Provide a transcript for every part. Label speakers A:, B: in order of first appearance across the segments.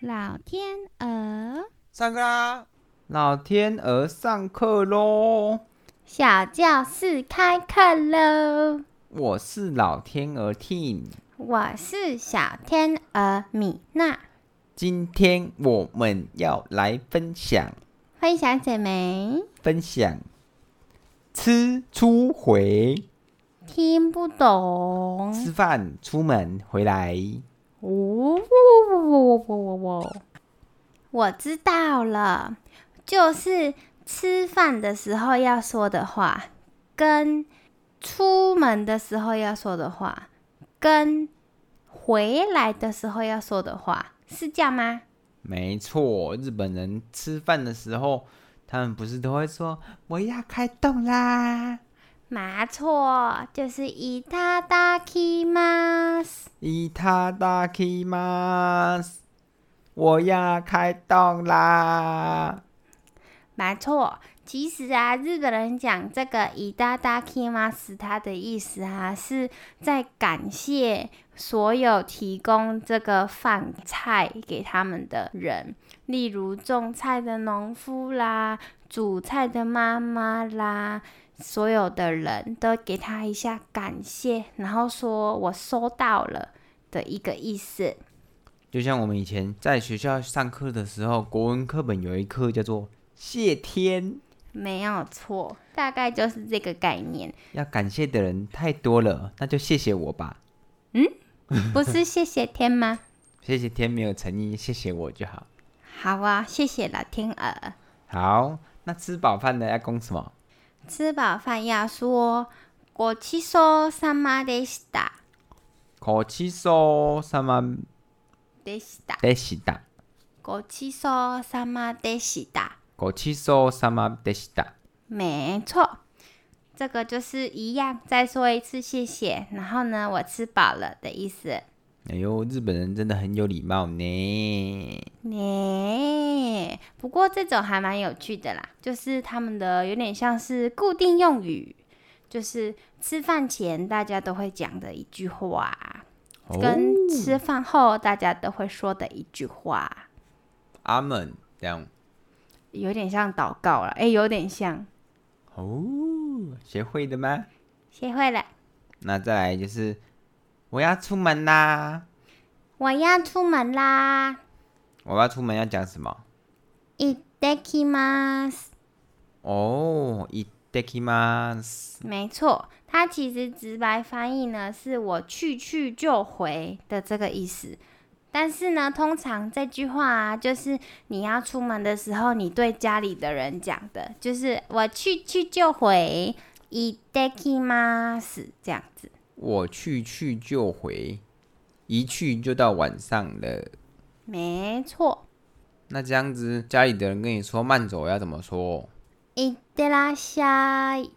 A: 老天鹅、
B: 上课啦！老天鹅上课喽！
A: 小教室开课喽！
B: 我是老天鹅 Tin，
A: 我是小天鹅米娜，
B: 今天我们要来分享
A: 欢迎小姐妹。
B: 分享吃出回
A: 听不懂
B: 吃饭出门回来。
A: 呜我知道了，就是吃饭的时候要说的话，跟出门的时候要说的话，跟回来的时候要说的话，是这样吗？
B: 没错，日本人吃饭的时候，他们不是都会说“我要开动啦
A: 没错，就是いただきます。”，
B: いただきます，我要开动啦。
A: 没错，其实啊，日本人讲这个“いただきます”，它的意思啊，是在感谢所有提供这个饭菜给他们的人，例如种菜的农夫啦、煮菜的妈妈啦，所有的人都给他一下感谢，然后说我收到了的一个意思。
B: 就像我们以前在学校上课的时候，国文课本有一课叫做“谢天
A: 没有错，大概就是这个概念。”，
B: 要感谢的人太多了，那就谢谢我吧，
A: 不是谢谢天吗？
B: 谢谢天没有诚意，谢谢我就好。
A: 好啊，谢谢老天鹅。
B: 好，那吃饱饭的要供什么？
A: 吃饱饭要说“ごちそうさまでした
B: 口气说什么？
A: でした
B: 得西达，”。
A: ごちそうさまでした。
B: 口气说什么？得西达。
A: 没错，这个就是一样。再说一次谢谢，然后呢，我吃饱了的意思。
B: 哎呦，日本人真的很有礼貌呢。
A: 耶、不过这种还蛮有趣的啦，就是他们的有点像是固定用语，就是吃饭前大家都会讲的一句话。
B: 哦，
A: 跟吃饭后大家都会说的一句话，
B: 阿门，这样
A: 有点像祷告了，哎，有点像，
B: 哦，学会的吗？
A: 学会了。
B: 那再来就是我要出门啦，
A: 我要出门啦，
B: 我要出门要讲什么？
A: いただきます。
B: 哦，いただきます。
A: 没错，它其实直白翻译呢是我去去就回的这个意思。但是呢，通常这句话啊，就是你要出门的时候，你对家里的人讲的，就是我去去就回，いただきます这样子。
B: 我去去就回，一去就到晚上了。
A: 没错。
B: 那这样子，家里的人跟你说慢走要怎么说？
A: いってらっしゃい。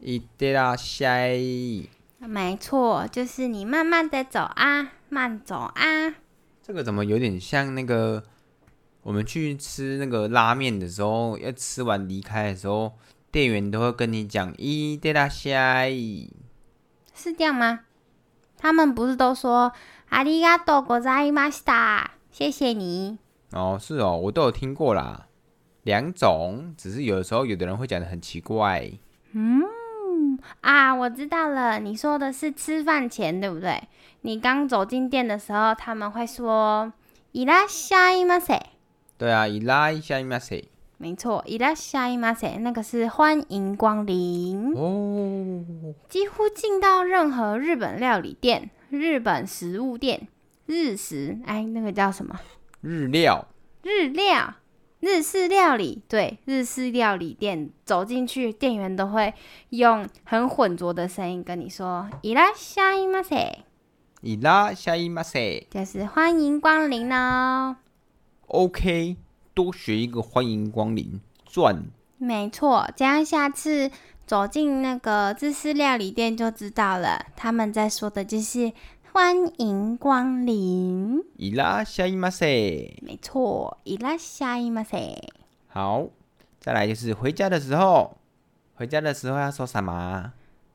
B: いってらっしゃい。
A: 没错，就是你慢慢的走啊，慢走啊。
B: 这个怎么有点像那个我们去吃那个拉面的时候，要吃完离开的时候，店员都会跟你讲いってらっしゃい。
A: 是这样吗？他们不是都说ありがとうございました，谢谢你。
B: 哦，是哦，我都有听过啦，两种，只是有的时候有的人会讲的很奇怪。
A: 啊，我知道了，你说的是吃饭前，对不对？你刚走进店的时候，他们会说いらっしゃいませ。
B: 对啊，いらっしゃいませ。
A: 没错，いらっしゃいませ，那个是欢迎光临。
B: 哦，
A: 几乎进到任何日本料理店、日本食物店、日食，哎，那个叫什么？
B: 日料
A: 日料、日式料理，对，日式料理店走进去，店员都会用很混浊的声音跟你说“いらっしゃいませ
B: いらっしゃいませ”，。
A: 就是欢迎光临哦。
B: OK，多学一个欢迎光临，赚
A: 没错，这样下次走进那个日式料理店就知道了，他们在说的就是“欢迎光临”。
B: いらっしゃいませ。
A: 没错，いらっしゃいませ。
B: 好，再来就是回家的时候，回家的时候要说什么？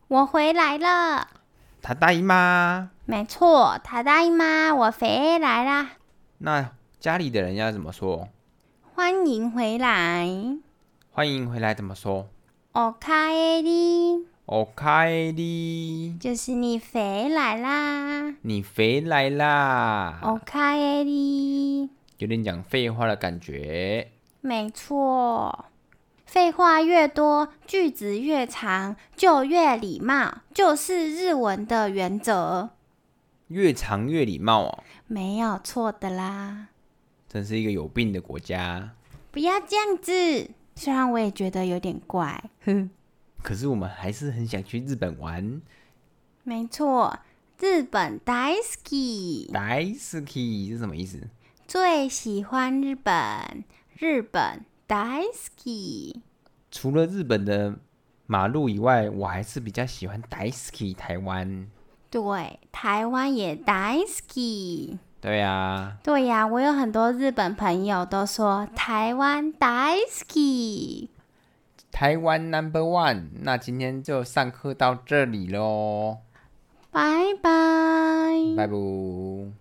A: 我回来了。
B: 他大姨妈。
A: 没错，ただいま，我回来啦。
B: 那家里的人要怎么说？
A: 欢迎回来。
B: 欢迎回来怎么说？
A: 哦卡耶利，
B: 哦，开的，
A: 就是你回来啦。
B: 你回来啦！
A: 哦卡耶利，
B: 有点讲废话的感觉。
A: 没错。废话越多，句子越长，就越礼貌，就是日文的原则，
B: 越长越礼貌哦，
A: 没有错的啦。
B: 真是一个有病的国家。
A: 不要这样子，虽然我也觉得有点怪。
B: 可是我们还是很想去日本玩。
A: 没错，日本大好き，
B: 大斯 k 是什么意思？
A: 最喜欢日本，日本大好き。
B: 除了日本的马路以外，我还是比较喜欢 d a s k i 台湾。
A: 对，台湾也大好き。
B: 对啊，
A: 对呀、我有很多日本朋友都说台湾大好き。
B: 台湾 Number One。那今天就上课到这里喽，
A: 拜拜。
B: 拜拜。